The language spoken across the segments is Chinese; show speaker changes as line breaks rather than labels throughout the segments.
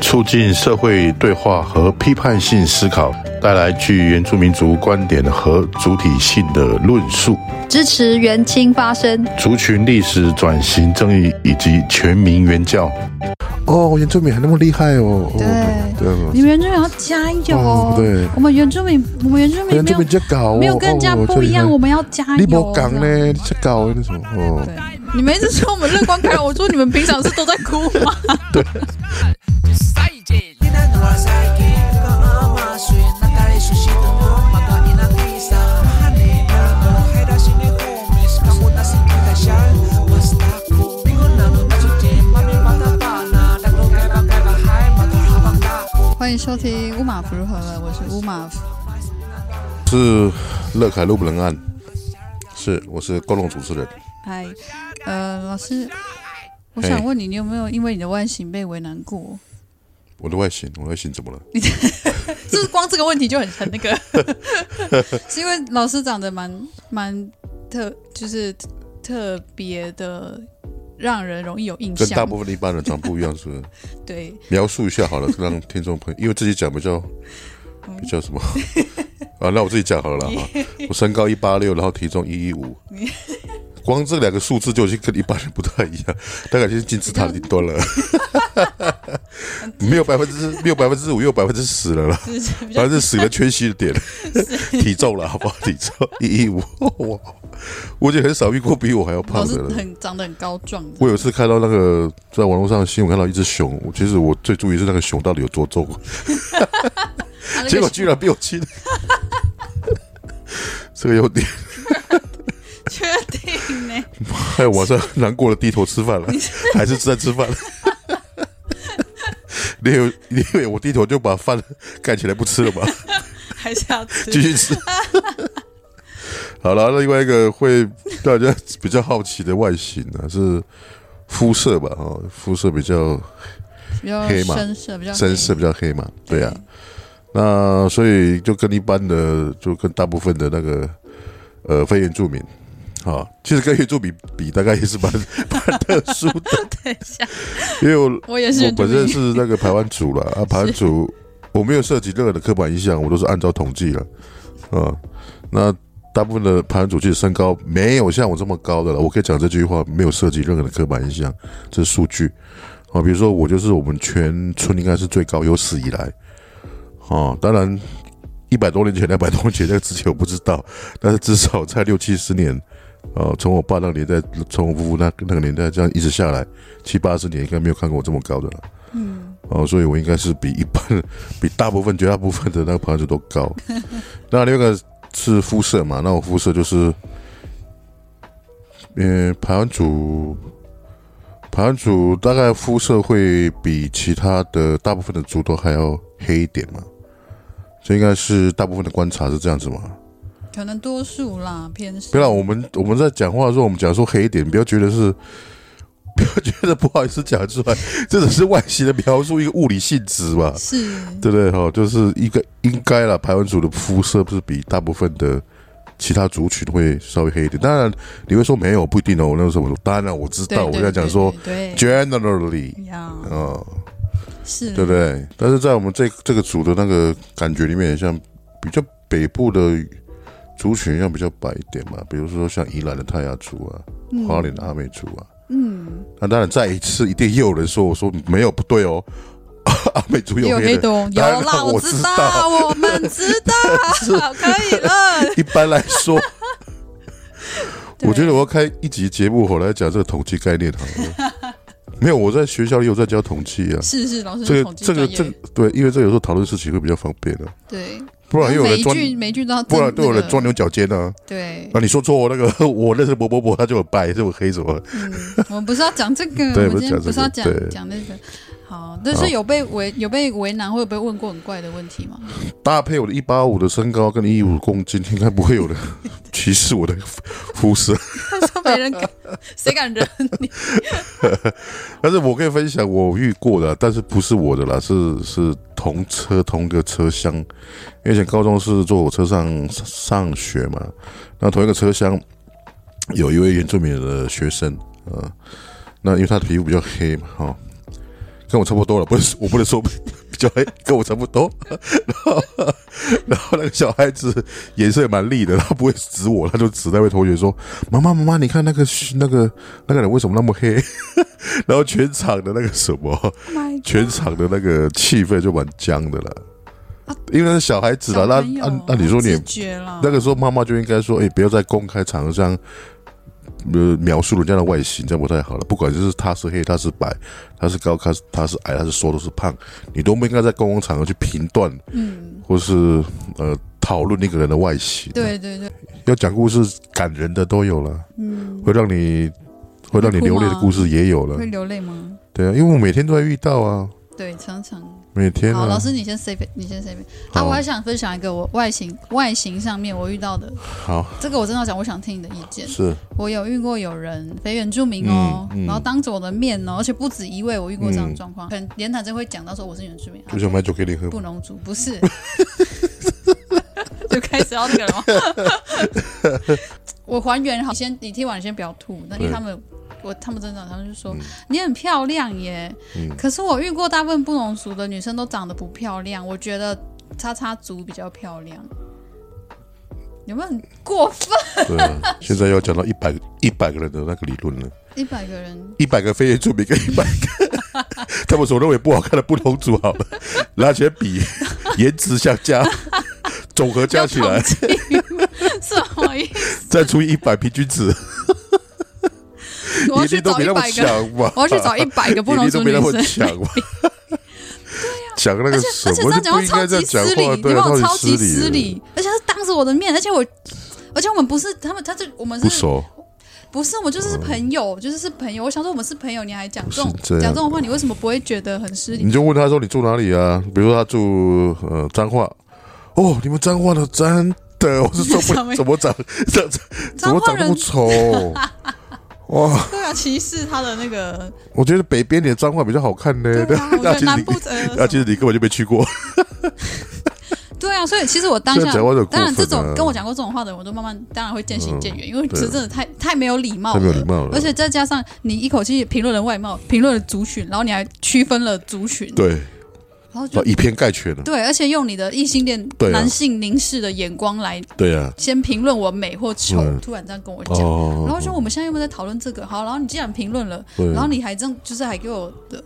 促进社会对话和批判性思考，带来具原住民族观点和主体性的论述，
支持原青发声。
族群历史转型正义以及全民原教。哦，原住民还那么厉害哦！哦
对
对
你们原住民要加油！
哦对
我们原住民，我们原住民
原
没
住
有
民在搞、哦，
没有跟人家
哦
不一哦样，我们要加油。
你不讲
这样
呢，你在搞那什么？哦，
你们一直说我们乐观开朗，我说你们平常是都在哭吗？
欢迎收听《乌马夫如何了》，我是乌马夫。
是乐凯路不能按，是我是共同主持人。
嗨，呃，老师，我
嘿
想问你，你有没有因为你的外形被为难过？
我的外形，我的外形怎么了？
就是光这个问题就很很那 个。
是因为老师长得蛮蛮特，就是特别的，让人容易有印
跟大
象。
部分一般人长不一样，是不是？
对，
描述一下好了，让听众朋友，因为自己讲比较比较什么 啊？那我自己讲好了哈。我身高一八六，然后体重一一五，光这两个数字就已经跟一般人不太一样，大概就是金字塔顶端了，没有百分之没有百分之五，也有百分之十了啦，
就是比较
百分之十的缺席的点， 体重了好不好？体重一一五，哇，我已经很少遇过比我还要
老
胖
师
的了。
很长得很高壮的。
我有一次看到那个在网络上的新闻，看到一只熊，我其实我最注意是那个熊到底有多重，
啊那个
结果居然比我轻，这个有点
确定呢？
害哎我晚上难过的低头吃饭了，还是在吃饭。你以为你以为我低头就把饭盖起来不吃了吗？
还是要吃
继续吃。好了，那另外一个会大家比较好奇的外形呢、是肤色吧？哦，肤色比较
比较
黑嘛
深色，比较
深色
黑
比较黑嘛，对啊呀、那所以就跟一般的，就跟大部分的那个呃非原住民，啊，其实跟原住民比，大概也是蛮蛮特殊的，
等一下，
因为我
我也是
我
原住
本
民
身是那个排湾 族了啊，排湾族我没有涉及任何的刻板印象，我都是按照统计了，啊，那。大部分的排湾族其实身高没有像我这么高的了，我可以讲这句话，没有涉及任何的刻板印象，这是数据。啊，比如说我就是我们全村应该是最高，有史以来。哦，当然一百多年前、两百多年前那个之前我不知道，但是至少在六七十年，呃，从我爸那个年代，从我夫妇那那个年代这样一直下来，七八十年应该没有看过我这么高的了。嗯。哦，所以我应该是比一般、比大部分、绝大部分的那个朋友都高。那另外一个是肤色嘛，那我肤色就是，嗯，排湾族。排湾族大概肤色会比其他的大部分的族都还要黑一点嘛，这应该是大部分的观察是这样子嘛。
可能多数啦，偏
不
少。
要，我们我们在讲话的时候，我们讲说黑一点，不要觉得是，不要觉得不好意思讲出来，这只是外形的描述，一个物理性质嘛，
是
对不对？哈，就是一个应该啦，排湾族的肤色不是比大部分的其他族群会稍微黑一点。当然，你会说没有不一定哦，那个什么，当然我知
对
道，我
对
在讲
对
说
对对
generally，
呀，
呃。
是
对不对？但是在我们这这个组的那个感觉里面，像比较北部的族群要比较白一点嘛，比如说像宜兰的泰雅族啊，
嗯
花莲的阿美族啊，嗯，那当然再一次一定又有人说我说没有不对哦， 阿美族
有
有
黑
黑
的哦，有
当然
啦，
我
知
道，
我们知 道，可以了。
一般来说。
对
我觉得我要开一集节目，我来讲这个统计概念好了。 没有，我在学校里有在教统计啊。
是是，老师
这个
是统计
这个
专业
这个，对，因为这有时候讨论事情会比较方便的、啊
对，
不然又有
每
人
一
钻
句每一句都要
不然
正
都有
那
人
个
钻牛角尖呢、
对
啊！，你说错那个，我认识伯伯伯，他就很白，就很黑什么？
嗯，我们不是要讲这个，
对
我们今天
不是
不是要
要讲这个
讲
对
讲那个。好，但是有被为有被为难或有被问过很怪的问题吗？
搭配我的一八五的身高跟一五公斤，应该不会有人歧视我的肤色。
说没人 敢，谁敢惹你？
但是我可以分享我遇过的，但是不是我的啦，是是同车同个车厢，因为以前高中是坐火车上上学嘛，那同一个车厢有一位原住民的学生，呃，那因为他的皮肤比较黑嘛，哈、跟我差不多了，不是我不能说比较黑， 跟我差不多。然后，然后那个小孩子颜色也蛮利的，他不会指我，他就指那位同学说：“妈妈，妈妈，你看那个那个那个人为什么那么黑？” 然后全场的那个什
Oh
么，全场的那个气氛就蛮僵的了。因为那是小孩子
小
了，那
啊朋友
按按理说你也
自觉啦
那个时候妈妈就应该说，哎、不要在公开场合上，呃，描述人家的外形，这样不太好了。不管就是他是黑，他是白，他是高，他是他是矮，他是瘦，都是胖，你都不应该在公共场合去评断，嗯，或是呃讨论那个人的外形。，
对对对，
要讲故事感人的都有了，嗯，会让你会让你
会哭
流泪的
吗
故事也有了
会。流泪吗？
对啊，因为我每天都会遇到啊，
对，常常
每天
好，老
啊，
师你先 save，你先 save 啊！
好
我还想分享一个我外形外形上面我遇到的，
好
这个我真的要讲，我想听你的意见。
是
我有遇过有人非原住民哦，
嗯嗯
然后当着我的面哦，而且不止一位，我遇过这样的
嗯
状况。可能连谈真会讲到说我是原住民，啊
我想买酒给你喝
布农族不是， 就开始要那个了吗？ 我还原好，你先你听完你先不要吐，那因为
对
他们。我他们真的，他们就说、
嗯
你很漂亮耶，
嗯
可是我遇过大部分布农族的女生都长得不漂亮，我觉得叉叉族比较漂亮，有没有很过分？
对啊，现在要讲到一百一百个人的那个理论了。
一百个人
一百个非原住民跟一百个他们所认为不好看的不同组好了，拿起来比，颜值相加，总和加起
要
来
统计 什么意思？
再除以一百平均值，
我 要
一
去
定都
找
没
一
那么
百个，
强吧？
我要去找一百个不
一
能
定
族
都
女
没那么
生。
强吧？ 讲那
而
个
且
什
而且这
么
样
就不
讲
应
话
该
超
这
级
样讲
失礼，
话，
你
对啊，
把我超级
失
失
礼，
礼，而且是当着我的面，而且我，而且我们不是他们，他这我们
不
是
熟，嗯
不是我们就是是朋友，就是是朋友。我想说我们是朋友，你还讲这种
这样
讲这种话，你为什么不会觉得很失礼？
你就问他说你住哪里啊？比如说他住呃彰化，哦，你们彰化的真的，我是受不
什么
了，怎么长，怎怎
彰
么
化
长那
人
么丑？哇！
对啊，歧视他的 那个，
我觉得北边的脏话比较好看呢。
对 啊，我觉
那
得
其实
南
你
部哦呃
那，其实你根本就没去过，
对啊，所以其实我当
这
下
样讲话就过分啊
当
了
然，这种跟我讲过这种话的人，我都慢慢当然会渐行渐远，因为这真的太太没有礼貌
太没有礼
了。
貌了。
而且再加上你一口气评论了外貌，评论了族群，然后你还区分了族群，
对，哦
然后就
那以偏概全了。
对，而且用你的异性恋
对啊
男性凝视的眼光来
对啊，
先评论我美或丑，
嗯
突然这样跟我讲。
哦，
然后说我们现在有没有在讨论这个？好，然后你既然评论了，
对
然后你还这样，就是还给我的，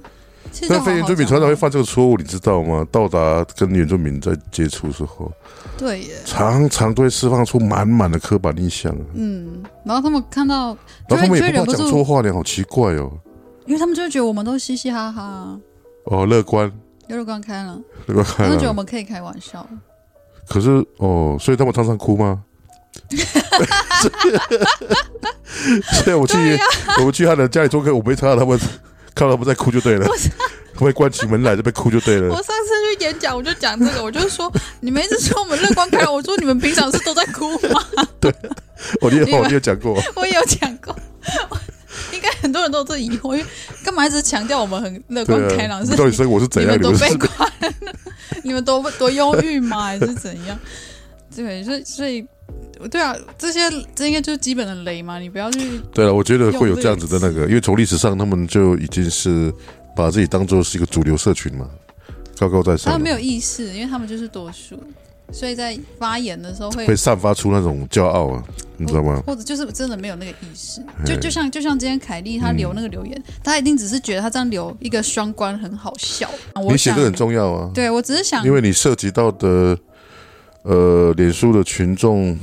现在
那非原住民常常会犯这个错误，你知道吗？到达跟原住民在接触时候，
对耶，
常常都会释放出满满的刻板印象，
嗯，然后他们看到，就
然后他
会
们
就会
也
忍
不怕
不
讲错，
住
话呢，好奇怪哦。
因为他们就会觉得我们都嘻嘻哈哈，
哦，乐观，
有点观 开了，
乐观
他
看
们觉得我
了。
们可以开玩笑。
可是哦，所以他们常常 哭吗？所以我去
对呀，
我们去他的家里做客，我没看到他们，看到他们在哭就对了。他们关起门来这边哭就对
我
了。
上次去演讲，我就讲这个，我就说你们一直说我们乐观开朗，我说你们平常是都在哭吗？
哦，你有哦，你有讲过，
我也有讲过，应该很多人都有这疑惑，因为干嘛一直强调我们很乐观
对
开
啊，
朗？
你
是
到底生活是怎
你
样？
们
你
都
们
悲
是
观，你们都多忧郁吗？还是怎样？
对，所以所以对啊，这些这应该就是基本的雷嘛，你不要去
对了，我觉得会有这样子的那个，因为从历史上他们就已经是把自己当做是一个主流社群嘛，高高在
他
上
们没，有意识，因为他们就是多数，所以在发言的时候会
会散发出那种骄傲啊，你知道吗？
或者就是真的没有那个意识，
嘿嗯
就就像就像今天凯莉她留那个留言，她一定只是觉得她这样留一个双关很好笑。啊我
你写
想
的很重要啊，
对我只是想，
因为你涉及到的呃，脸书的群众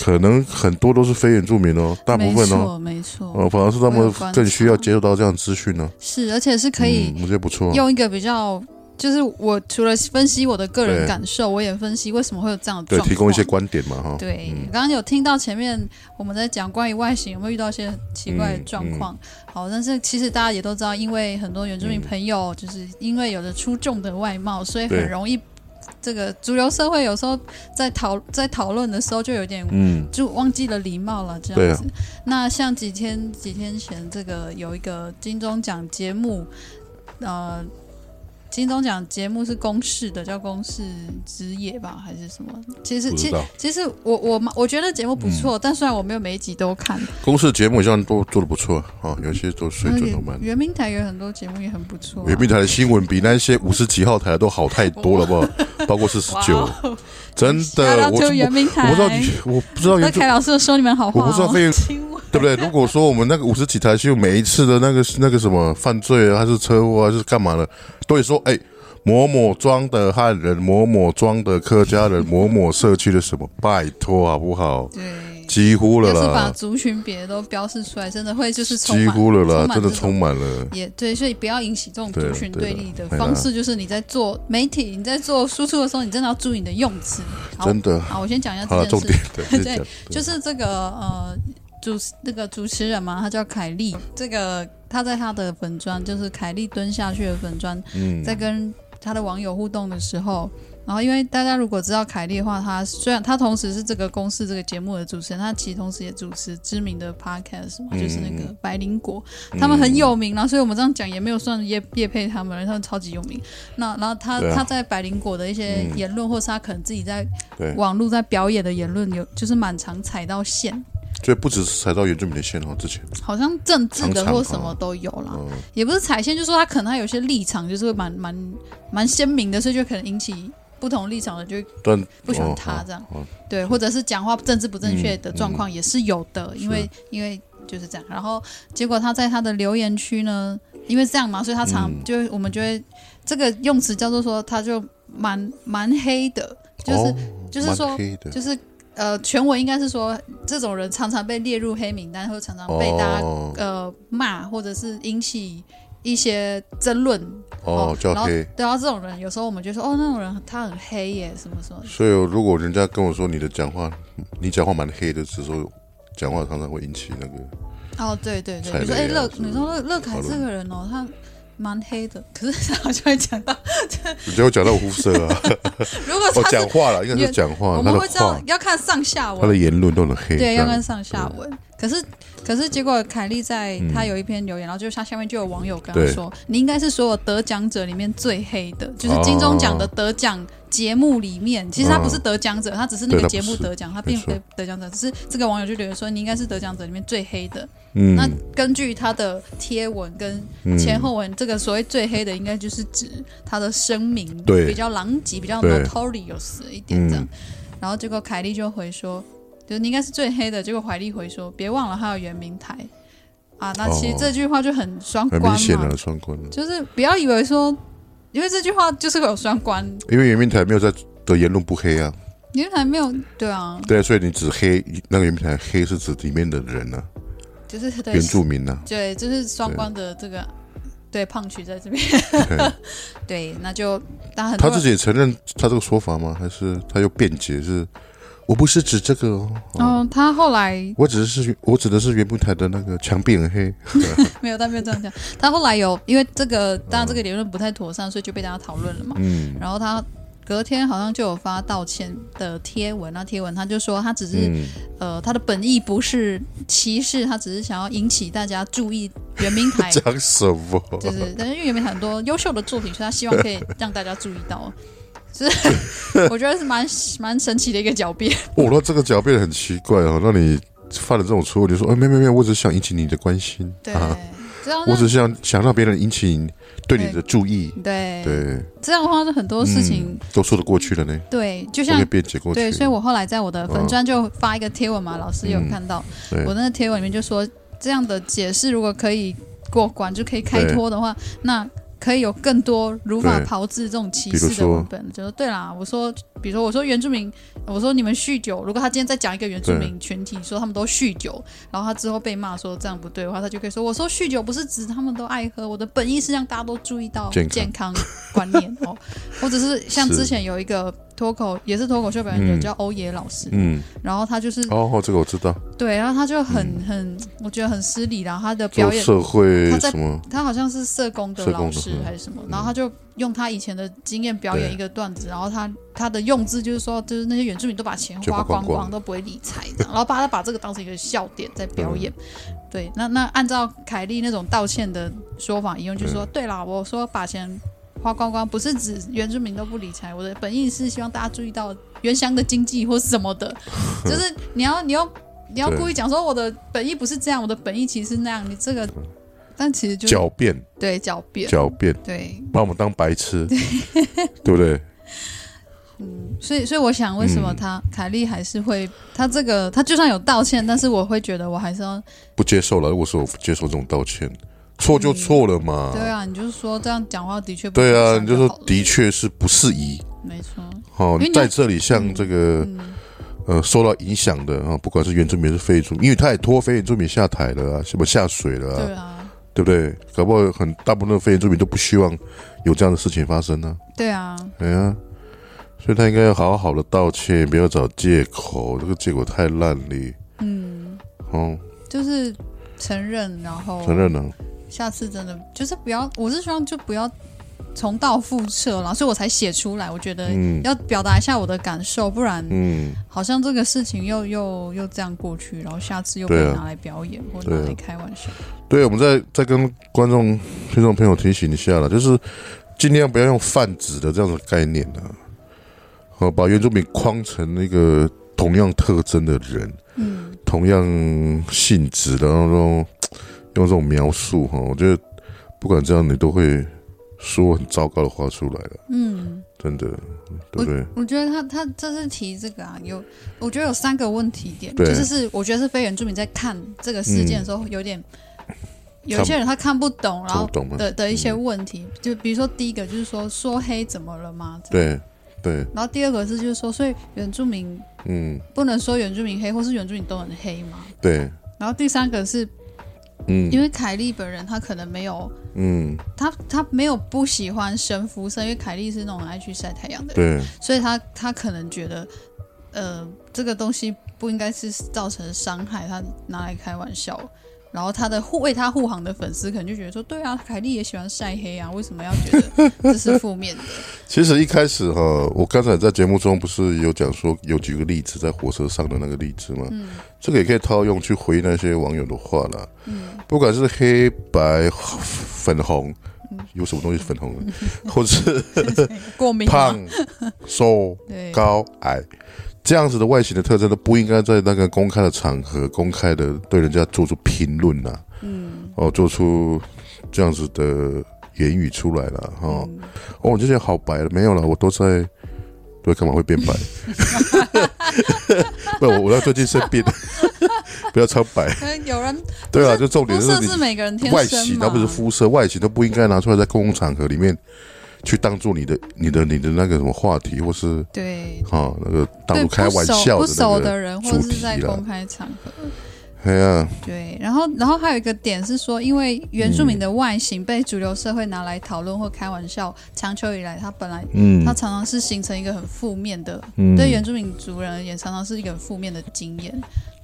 可能很多都是非原住民哦，大部分哦，
没错没错，
哦，反而是他
我有
们
观察
更需要接受到这样的资讯呢。
是而且是可以
嗯，我觉得不错。
用一个比较就是我除了分析我的个人
对
感受，我也分析为什么会有这样的
对，
状况。
提供一些观点嘛，哈。
对，
嗯
刚刚有听到前面我们在讲关于外形有没有遇到一些奇怪的
嗯
状况，好，但是其实大家也都知道，因为很多原
嗯
住民朋友就是因为有着出众的外貌，所以
对
很容易这个主流社会有时候在讨在讨论的时候就有点
嗯，
就忘记了礼貌了，这
对
样
啊
子。那像几天几天前，这个有一个金钟奖节目，呃，金钟奖节目是公式的，叫公式之夜吧，还是什么？其实
不
其
知
实
道。嗯
其实我我蛮我觉得节目不错，但虽然我没有每一集都看，
公司的节目好像都做的不错啊，有一些都水准都蛮。
圆明台有很多节目也很不错、啊。
圆明台的新闻比那些五十几号台的都好太多了，好不 好？包括四十九，真的，
要
我
求圆明
我
台，
不知道你，我不知道
那
原住
凯老师有说你们好话、哦，
我不知道飞
亲吻
对不对？ 如果说我们那个五十几台新闻，每一次的那个那个什么犯罪啊，还是车祸啊，还是干嘛的，都会说哎，某某庄的汉人，某某庄的客家人，某某社区的什么，拜托好不好？
对。
几乎了
要是把
啦，
族群别都标示出来，真的会就是充
几
满
乎了啦，真的
这种
充满了。
也对，所以不要引起这种
对
族
了
群
对
对
了
立的
对
方
了
式，就是你在做媒体、你在做输出的时候，你真的要注意你的用词。好，
真的
好，我先讲一下
好了，
这件
重
事，
点对，
对
讲
就是这个呃主持那个主持人嘛，他叫凯莉，这个他在他的粉砖，就是凯莉蹲下去的粉砖，
嗯，
在跟他的网友互动的时候，然后因为大家如果知道凯莉的话，她虽然她同时是这个公司这个节目的主持人，她其实同时也主持知名的 podcast 嘛，
嗯
就是那个百灵果，他们很有名啦，所以我们这样讲也没有算叶叶配他们，他们超级有名。那然后他、
对啊
他在百灵果的一些
嗯
言论，或是他可能自己在
对
网络在表演的言论，有就是蛮常踩到线，
所以不只是踩到原住民的线哦，之前
好像政治
常
的
常哦
或什么都有啦。
嗯
也不是踩线，就是说他可能他有些立场就是会蛮蛮蛮鲜明的，所以就可能引起不同立场的就
但
不喜欢他
他
这样，
哦嗯哦
对，或者是讲话政治不正确的状况也是有的，因为因为就是这样。然后结果他在他的留言区呢，因为这样嘛，所以他常
嗯
就会我们就会这个用词叫做说，他就蛮蛮黑的，就是、
哦
就是
蛮
说
黑的
就是呃，全文应该是说这种人常常被列入黑名单，或者常常被大家
哦
呃骂，或者是引起一些争论。
哦叫
然后
黑。
对啊，这种人有时候我们就说，哦，那种人他很黑耶，什么什么。
所以如果人家跟我说你的讲话，你讲话蛮黑的，只是说讲话常常会引起那个，
哦，对对对，
踩
你说
雷
哎
啊
乐
是，不是
你说乐乐凯
讨
这
论
个人哦，他蛮黑的，可是他好像会讲到，
你就会讲到我肤色 啊，
如果
哦
他是、
讲话了，应该是讲话，
我
他
们
的
会知道
话，
要看上下
他
文
的，言论都很黑，
对，
这
要
样
看上下文。可是，可是结果凯莉在她有一篇留言，然后就下下面就有网友跟
嗯
她
对
说：“你应该是所有得奖者里面最黑的，就是金钟奖的得奖节目里面，其实她不是得奖者，她只是那
哦对
个
她
节目
不是
得奖，她并
没错
非得奖者。只是这个网友就觉得说你应该是得奖者里面最黑的。
嗯
那根据她的贴文跟
嗯
前后文，这个所谓最黑的，应该就是指她的声明
对
比较狼藉，比较
对
notorious 一点这样
嗯。
然后结果凯莉就回说，就是你应该是最黑的。结果怀利回说，别忘了还有圆明台啊。那其实
哦
这句话就很双
很
关
明显
嘛，
啊，双关了，
就是不要以为说，因为这句话就是会有双关，
因为圆明台没有在的言论不黑啊，
圆明台没有对啊，
对，所以你指黑那个圆明台黑是指里面的人啊，
就是对
原住民啊，
对，就是双关的这个对胖曲在这边，
对
对，那就但很多
他
人
自己也承认他这个说法吗？还是他又辩解是，我不是指这个哦，
嗯，他后来
我只是我指的是原木台的那个墙壁很黑，
没有，但没有这样讲。他后来有，因为这个，当然这个理论不太妥善，所以就被大家讨论了嘛。
嗯
然后他隔天好像就有发道歉的贴文，那贴文他就说他只是、
嗯，
呃他的本意不是歧视，他只是想要引起大家注意圆明 台，
讲什么？啊
就是但是因为圆明台很多优秀的作品，所以他希望可以让大家注意到。 就是 我觉得是蛮蛮神奇的一个狡辩，
哦我说这个狡辩得很奇怪哦，让你犯了这种错误，你说哎，没没没，我只是想引起你的关心，
对
啊，，
这样
我
让
只是想想让别人引起你对你的注意，
对
对，
这样的话，嗯很多事情、
嗯都说得过去了呢，
对，就
都
像
可以辩解过去，
对，所以我后来在我的粉
嗯
专就发一个贴文嘛，老师有
嗯
看到，
对
我那个贴文里面就说，这样的解释如果可以过关，就可以开脱的话，那可以有更多如法
对
炮制这种歧
比如
视的
说
文本。就说对啦，我说比如说我说原住民，我说你们酗酒，如果他今天再讲一个原住民群体说他们都酗酒，然后他之后被骂说这样不对的话，他就可以说我说酗酒不是指他们都爱喝，我的本意是让大家都注意到
健
健
康
康 观念哦，或者是像
是
之前有一个脱口也是脱口秀表演者、
嗯
叫欧野老师，
嗯，
然后他就是、
哦，这个我知道，
对，然后他就很、很我觉得很失礼，然后他的
做
表演
社会
他在
什么，
他好像是社工的
嗯社工的
老师
嗯
还是什么，然后他就用他以前的经验表演
对
一个段子，然后他他的用字就是说，就是那些原住民都把钱
就花
花
光
光
光
都不会理财这样，然后 把他把这个当成一个笑点在表演。
嗯
对，那那按照凯莉那种道歉的说法，一用就是说，
嗯
对啦，我说把钱。花光光不是指原住民都不理财，我的本意是希望大家注意到原乡的经济或什 么的，就是你要你要你要
对
故意讲说我的本意不是这样，我的本意其实是那样，你这个，但其实就
嗯
是
狡辩，
对狡辩，
狡辩，
对，
把我们当白痴，对不对？
所以所以我想，为什么
嗯
他、凯莉还是会他这个他就算有道歉，但是我会觉得我还是要
不接受了，如果说我不接受这种道歉，错就错了嘛，
嗯对啊，你就是说这样讲话的确不
对
友
啊，
善
你就
好
说
了
的确是不适宜，
没错，
哦
因为，你嗯
在这里向这个、呃受到影响的啊、不管是原住民还是非住民，因为他也拖非原住民下台了啊，什么下水了啊，
对啊，
对不对？搞不好很大部分的非原住民都不希望有这样的事情发生呢、
对啊，
啊，哎呀。所以他应该要好好的道歉，不要找借口。这个借口太烂了。
嗯，
哦，
就是承认，然后
承认了，
下次真的就是不要，我是希望就不要重蹈覆辙了，所以我才写出来，我觉得
嗯
要表达一下我的感受，不然
嗯，
好像这个事情又又又这样过去，然后下次又被
对啊
拿来表演、或
对啊
拿来开玩笑。
对，我们再再跟观众、听众朋友提醒一下了，就是尽量不要用泛指的这样的概念啊，哦，把原住民框成一个同样特征的人，
嗯，
同样性质的，然后用用这种描述哈、我觉得不管这样，你都会说很糟糕的话出来了，
嗯，
真的，对不对？
我觉得他他这次提这个啊，有我觉得有三个问题点，
对
就是是我觉得是非原住民在看这个事件的时候有点。有一些人他看不懂，然
嗯看
后
不懂吗？嗯
的的一些问题，就比如说第一个就是说说黑怎么了吗？这样，
对对，
然后第二个是就是说，所以原住民
嗯，
不能说原住民黑，或是原住民都很黑嘛。
对，
然后第三个是
嗯
因为凯莉本人她可能没有
嗯，
他他没有不喜欢深肤色，因为凯莉是那种很爱去晒太阳的人，
对，
所以他他可能觉得，呃，这个东西不应该是造成伤害，他拿来开玩笑。然后他的护为他护航的粉丝可能就觉得说，对啊，凯莉也喜欢晒黑啊，为什么要觉得这是负面的？
其实一开始哈，我刚才在节目中不是有讲说有几个例子在火车上的那个例子吗？嗯，这个也可以套用去回那些网友的话了。嗯，不管是黑白粉红，有什么东西是粉红的， 或是
过敏 吗
胖、瘦、
对
高、矮这样子的外形的特征都不应该在那个公开的场合、公开的对人家做出评论呐。嗯，哦，做出这样子的言语出来了哈。哦哦，我这些好白了，没有了，我都在，对，干嘛会变白？不，我我要最近生病，不要超白。
可能有人
对啊，就重点
肤
是
色
你
是每个人天
外
生
形，
嘛，
那不是肤色，外形都不应该拿出来在公共场合里面去当做你的、你的、你的那个什么话题，或是
对
哈、那个当做
对不
开玩笑
熟不熟
那
的
个。
人，
主
或是在
题啦
公开场合。
哎呀，
对，然后然后还有一个点是说，因为原住
嗯
民的外形被主流社会拿来讨论或开玩笑，长久以来，它本来
嗯
它常常是形成一个很负面的，
嗯
对原住民族人而言，常常是一个很负面的经验，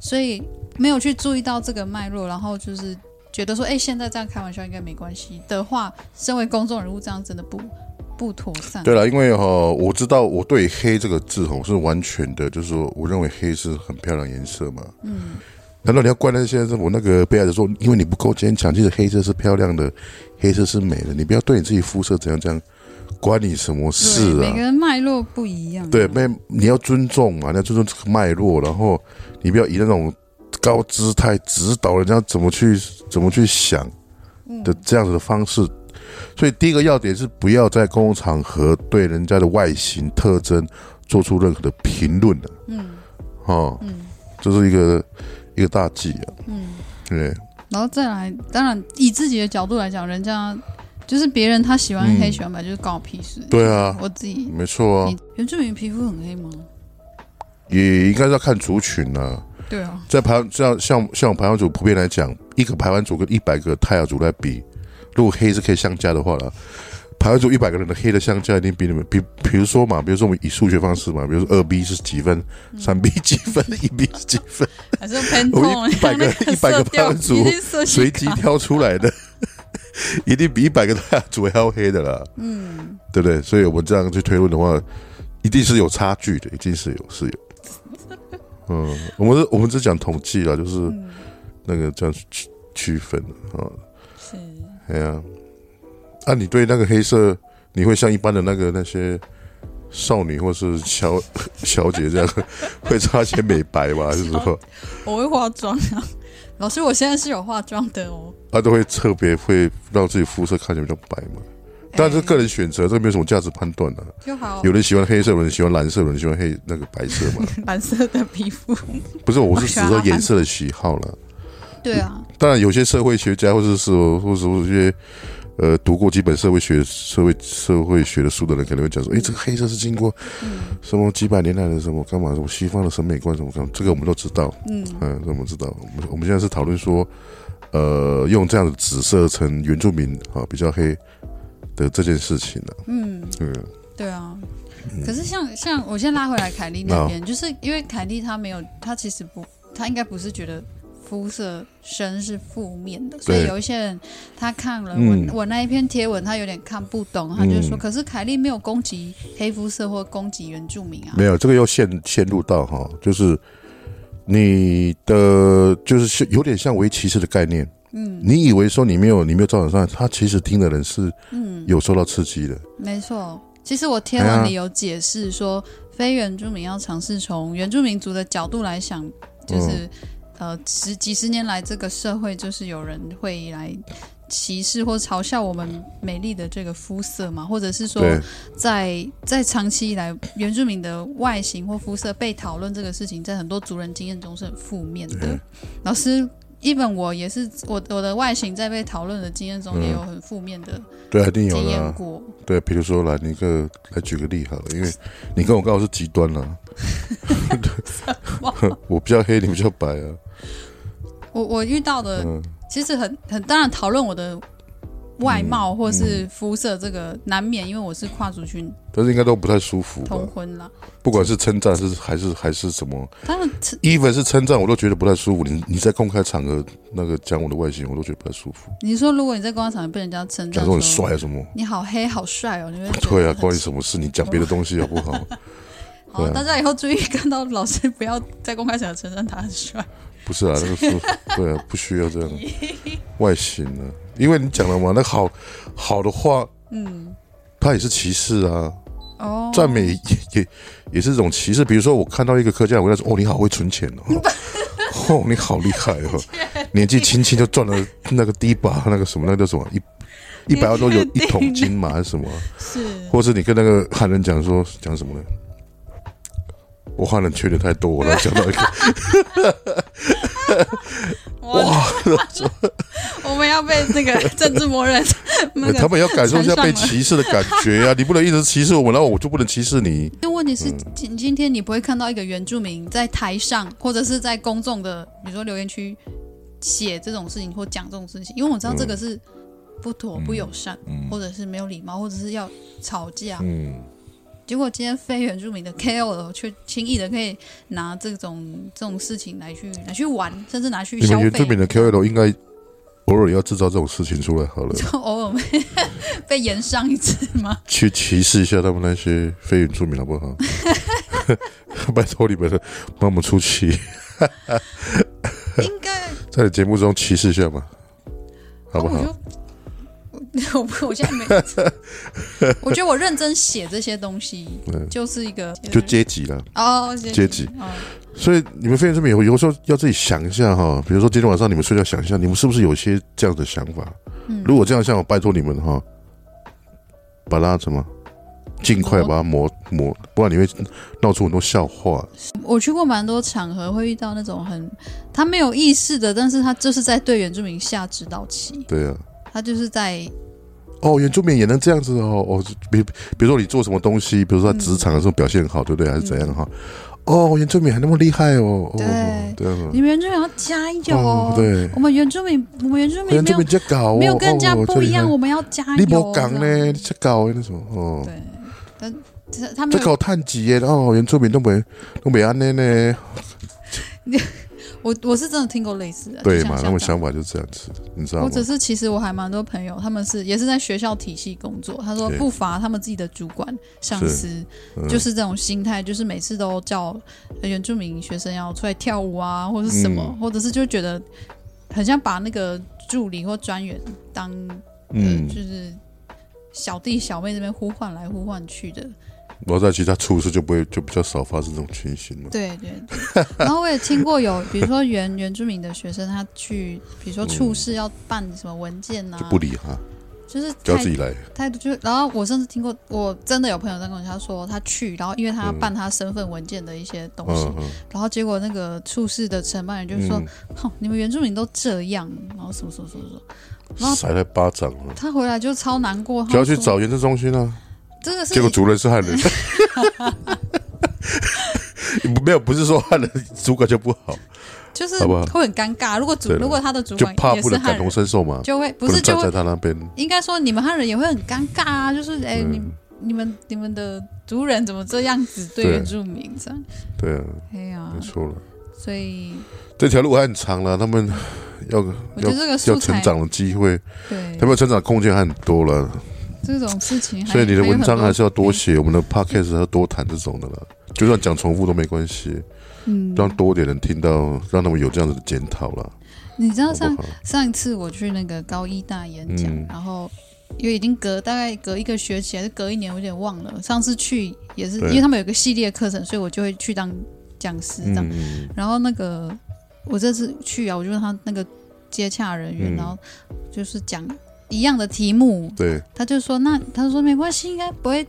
所以没有去注意到这个脉络，然后就是觉得说，哎，现在这样开玩笑应该没关系的话，身为公众人物这样真的不不妥善。
对了，因为哈、哦我知道我对“黑”这个字吼是完全的，就是说，我认为黑是很漂亮的颜色嘛。嗯。难道你要怪那些我那个被害者说，因为你不够坚强？其实黑色是漂亮的，黑色是美的，你不要对你自己肤色怎样怎样，关你什么
对
事啊？
每个人脉络不一样。啊
对，脉你要尊重啊嘛，你要尊重这个脉络，然后你不要以那种高姿态指导人家怎么去怎么去想的这样子的方式。所以第一个要点是不要在公共场合对人家的外形特征做出任何的评论的。嗯，哦，嗯，这是一个一个大忌啊。嗯，对，
然后再来，当然以自己的角度来讲，人家就是别人他喜欢黑、
嗯
喜欢白，就是关我屁事。
对啊，
我自己，
没错啊
你，原住民皮肤很黑吗？
也应该是要看族群啊。
对 啊，
在排这样像像我们排湾族普遍来讲，一个排湾族跟一百个泰雅族来比，如果黑是可以相加的话啦，排湾族一百个人的黑的相加一定比你们比，比如说嘛，比如说我们以数学方式嘛，比如说二 B 是几分，三 B 几分，一 B 是几分，
还是偏
我
痛，
一 百个
那
一百个
色调
班主
一定色系
随机
卡
挑出来的，一定比一百个泰雅族还要黑的啦，嗯，对不对？所以我们这样去推论的话，一定是有差距的，一定是有是有。嗯，我们是我们只讲统计啦，就是。
嗯
那个这样区区分的啊。
是
哎呀，啊，你对那个黑色，你会像一般的那个那些少女或是小 小姐这样， 会擦些美白吗？还是什么？
我会化妆 啊。老师，我现在是有化妆的哦。
啊，都会特别会让自己肤色看起来比较白嘛？
哎
但是个人选择，这个没有什么价值判断的、
就好。
有人喜欢黑色，有人喜欢蓝色，有人喜欢黑那个白色嘛？
蓝色的皮肤，
不是，我是指说颜色的喜好了。
对啊，
当然，有些社会学家或者是说或者是一些呃读过基本社会学、社会社会学的书的人，可能会讲说：“诶，哎这个黑色是经过什么几百年来的什么干嘛什么西方的审美观什么干嘛？”这个我们都知道，
嗯，
嗯，这我们知道。我们我们现在是讨论说，呃，用这样的紫色成原住民啊比较黑的这件事情了、
嗯，
嗯，
对啊。可是像像我先拉回来凯莉那边，就是因为凯莉她没有，她其实不，她应该不是觉得肤色深是负面的，所以
对
有一些人他看了我、
嗯
我那一篇贴文，他有点看不懂，他就说，
嗯
可是凯莉没有攻击黑肤色或攻击原住民啊
没，有这个又陷陷入到哈，就是你的就是有点像围棋式的概念。
嗯
你以为说你没有你没有造成伤害，他其实听的人是
嗯，
有受到刺激的。
没错。其实我贴
哎呀
文里有解释说，非原住民要尝试从原住民族的角度来想，
嗯
就是、呃十几十年来这个社会就是有人会来歧视或嘲笑我们美丽的这个肤色嘛，或者是说
对，
在在长期以来原住民的外形或肤色被讨论这个事情，在很多族人经验中是很负面的
对。
老师，even 我也是我我的外形在被讨论的经验中也有很负面的
对，一定嗯有
经
的、
验
啊。
过。
对，比如说来，你个来举个例好了，因为你跟我刚好是极端 啦、 我比较黑，你比较白啊。
我我遇到的
嗯，
其实很很当然讨论我的外
嗯
貌或是肤色这个难免，因为我是跨族群
但是应该都不太舒服吧
通？婚啦。
不管是称赞是还是还是什么
他们
，even 是称赞，我都觉得不太舒服。你你在公开场合那个讲我的外形，我都觉得不太舒服。
你说如果你在工厂被人家称
讲
赞
说
说
很帅啊什么？
你好黑好帅哦，你会觉得
对啊，
很
关你什么事？你讲别的东西好不 好？
好，
对啊
大家以后注意，看到老师不要在公开场合称赞他很帅。
不是啊，那个 说对啊，不需要这样外形啊，因为你讲了嘛，那个好好的话，
嗯，
它也是歧视啊，
哦，
赞美 也也也是一种歧视。比如说，我看到一个客家人，我就说：“哦，你好会存钱哦， 哦，你好厉害 哦，年纪轻轻就赚了那个第一把那个什么，那个叫什么一一百万都有一桶金嘛，还是什么？
是
或是你跟那个汉人讲说讲什么呢？我汉人缺点太多，我来讲到一个，
哇， 我们要被那个政治默认那
哎 他
个
们要感受一下被
缠上了
歧视的感觉啊！你不能一直歧视我们，然后我就不能歧视你。
因为问题是，
嗯
今今天你不会看到一个原住民在台上或者是在公众的，比如说留言区写这种事情或讲这种事情，因为我知道
嗯
这个是不妥、不友善，或者是没有礼貌，或者是要吵架。
嗯，
结果今天非原住民的 KOL 却轻易的可以拿这种这种事情来去拿去玩，甚至拿去
你
消
们原住
费
民。的 KOL 应该偶尔也要制造这种事情出来好了，
就偶尔被 被延上一次吗？
去歧视一下他们那些非原住民好不好？ 拜托你们了，帮我们出气，
应该
在节目中歧视一下嘛，好不好？
哦我就 我不我现 在没，我觉得我认真写这些东西
嗯，
就是一个
就阶级了，
哦
阶级。
哦
所以你们非原住民有有时候要自己想一下哈，比如说今天晚上你们睡觉想一下，你们是不是有一些这样的想法？
嗯
如果这样像我拜托你们哈，把它什么尽快把它磨磨，不然你会闹出很多笑话。
我去过蛮多场合，会遇到那种很他没有意识的，但是他就是在对原住民下指导棋，
对啊，
他就是在
哦，原住民也能这样子哦，哦，比比如说你做什么东西，比如说他职场的时候表现好，对不对？还是怎样哈？哦，原住民还那么厉害哦，哦，
对
这样子
你们原住民要加油！
哦，对，
我们原住民，我们原住民
原
没
住
有
民在搞哦，
没有跟人家
哦
不一样，，我们要加
这
油。
厉害你无讲
这样
呢，你在搞那什么哦。
对，但他他
这
们
搞碳基耶，哦，原住民都没都没安呢呢，
我我是真的听过类似的，
对
就像
嘛？
香
他们
港
想法就是这样子，你知道
或
吗？
者是其实我还蛮多朋友，他们是也是在学校体系工作，他说
对
不乏他们自己的主管、上司，
嗯
就是这种心态，就是每次都叫原住民学生要出来跳舞啊，或者是什么，
嗯
或者是就觉得很像把那个助理或专员当、
嗯
呃，就是小弟小妹这边呼唤来呼唤去的，
然后在其他处事就不会就比较少发生这种情形了。
对对对，然后我也听过有，比如说原原住民的学生，他去，比如说处室要办什么文件呐、
嗯就不理他，
就是
就要
态
自己来。
态度就是，然后我甚至听过，我真的有朋友在跟我讲，他说他去，然后因为他要办他身份文件的一些东西，
嗯嗯
然后结果那个处室的承办人就说
嗯，
哼、你们原住民都这样，然后什么什么什么什么，然后
甩他巴掌了，
他回来就超难过，
就要去
他说
找研究中心啊。
这个是
结果主人是汉人， 没有不是说汉人主管就不好，
就是
好不好
会很尴尬，如果主
对了
如果他的主
就
管
怕
也
不
是
能
汉
感同
人，
身受嘛，
就会不
能
是就
站
会
在他那边。
应该说你们汉人也会很尴尬啊，就是哎、
嗯
你你们你们的族人怎么这样子对
对
原住民这样？
对啊，
哎呀
没，错了，
所以
这条路还很长了，他们要
我觉
要
得这个
要
素
成
材
长的机会，
对
他们成长空间还很多了。
这种事情还，
所以你的文章
还
还
有很多
是要多写，我们的 podcast 要多谈这种的了，就算讲重复都没关系，
嗯，
让多点人听到，让他们有这样子的检讨了，
你知道
好
上
不好？
上一次我去那个高一大演讲，
嗯
然后因为已经隔大概隔一个学期还是隔一年，我有点忘了。上次去也是
对
因为他们有个系列课程，所以我就会去当讲师这样。
嗯，
然后那个我这次去啊，我就问他那个接洽人员，
嗯
然后就是讲一样的题目，
对，
他就说那他说没关系，应该不会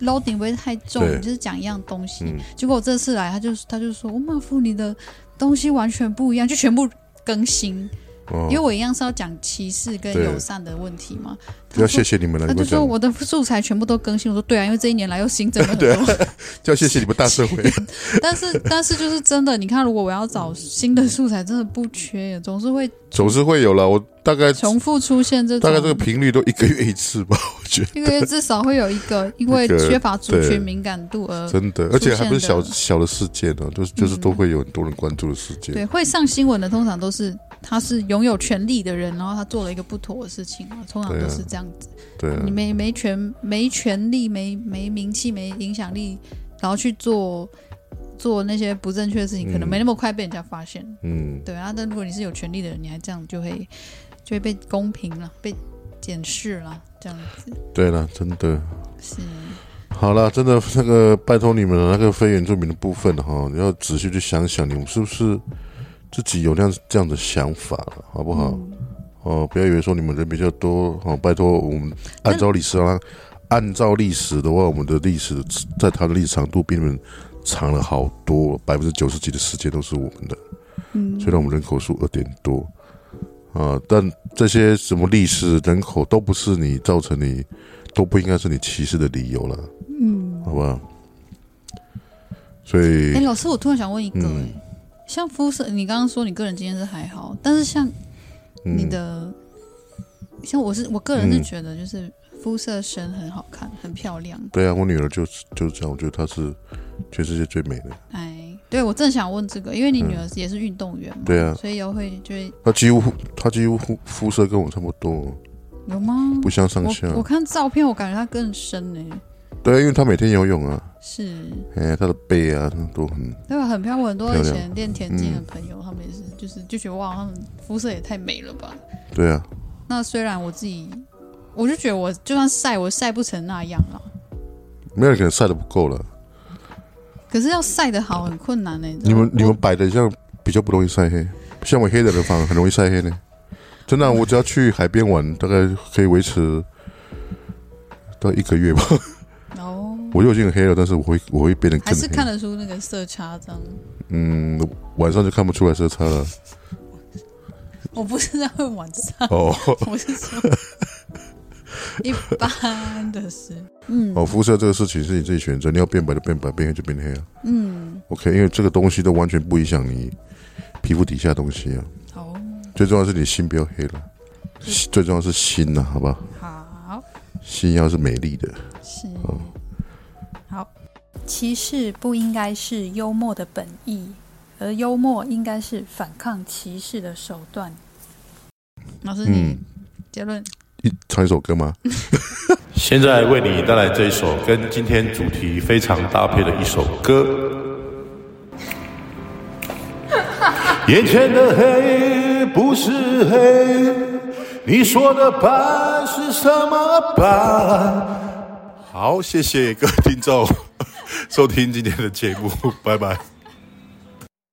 loading 不会太重，
对
你就是讲一样东西。
嗯，
结果我这次来，他就他就说，我马夫你的东西完全不一样，就全部更新，
哦
因为，我一样是要讲歧视跟
对
友善的问题嘛。
要
他
谢
说
谢你们了，啊
他
你
就
们
说
讲，
我的素材全部都更新，我说对啊，因为这一年来又新 增了很
啊
多。
就要谢谢你们大社会，
但是但是就是真的，你看，如果我要找新的素材，真的不缺，总是会
总是会有了。我大概
重复出现这种。
大概这个频率都一个月一次 吧，我觉
一个月至少会有一 个，因为
一个
缺乏族
对
群敏感度呃而
得真的，而且还不是小
出现的
小的事件呢，就是就是
嗯
都会有很多人关注的事件，
对，会上新闻的通常都是他是拥有权利的人，然后他做了一个不妥的事情嘛，通常
对啊
都是这样子。
对啊
你，没没权、没权利、没没名气、没影响力，然后去做做那些不正确的事情，可能
嗯
没那么快被人家发现。
嗯，
对啊，但如果你是有权利的人，你还这样就会就会被公平了，被检视了，这样子
对了，真的。
是。
好了，真的那个拜托你们了，那个非原住民的部分哈，你要仔细去想想，你们是不是自己有那样这样的想法了，好不好？
嗯
哦，不要以为说你们人比较多哦，拜托我们按照历史啊，
嗯
按照历史的话，我们的历史在它的历史长度比你们长了好多，百分之九十几的时间都是我们的。
嗯
虽然我们人口数二点多，啊、但这些什么历史、人口都不是你造成你，都不应该是你歧视的理由了，
嗯，
好不好？所
哎、
以，
老师，我突然想问一个、
嗯
哎像肤色，你刚刚说你个人经验是还好，但是像
嗯
你的，像我是我个人是
嗯
觉得就是肤色深很好看，很漂亮。
对啊，我女儿就是就是这样，我觉得她是全世界最美的，
哎，对我正想问这个，因为你
嗯
女儿也是运动员嘛，
对啊
所以也会就会
她几乎她几乎肤肤色跟我差不多，
有吗？
不啊相上下
我。我看照片，我感觉她更深呢、
对啊，因为她每天游泳啊，
是，
哎，她的背啊都很
对吧？很漂亮。我很多以
漂亮
前练田径的朋友，他们也是，就是就觉得哇，他们肤色也太美了吧。
对啊，
那虽然我自己，我就觉得我就算晒，我晒不成那样啊了。
没有人可能晒的不够了。
可是要晒得好很困难呢、欸知道
你们
吗
你们白的像比较不容易晒黑，像我黑的人反而很容易晒黑呢。真的啊、我只要去海边玩，大概可以维持到一个月吧。
哦，
我就已经很黑了，但是我会我会变得
还
更
是看
黑。
得出那个色差这样。
嗯，晚上就看不出来色差 了。
我不是在问晚上，
哦，
我是说一般的事。
哦，肤色这个事情是你自己选择，你要变白就变白，变黑就变黑啊。
嗯，
OK，因为这个东西都完全不影响你皮肤底下的东西啊。
好，
最重要是你心不要黑了，心最重要是心呐、好吧？
好，
心要是美丽的，
是，
歧视不应该是幽默的本意，而幽默应该是反抗歧视的手段。
老师，你
嗯，
结论
一唱一首歌吗？
现在为你带来这一首跟今天主题非常搭配的一首歌。眼前的黑不是黑，你说的白是什么 白？好，谢谢各位听众收听今天的节目，拜拜。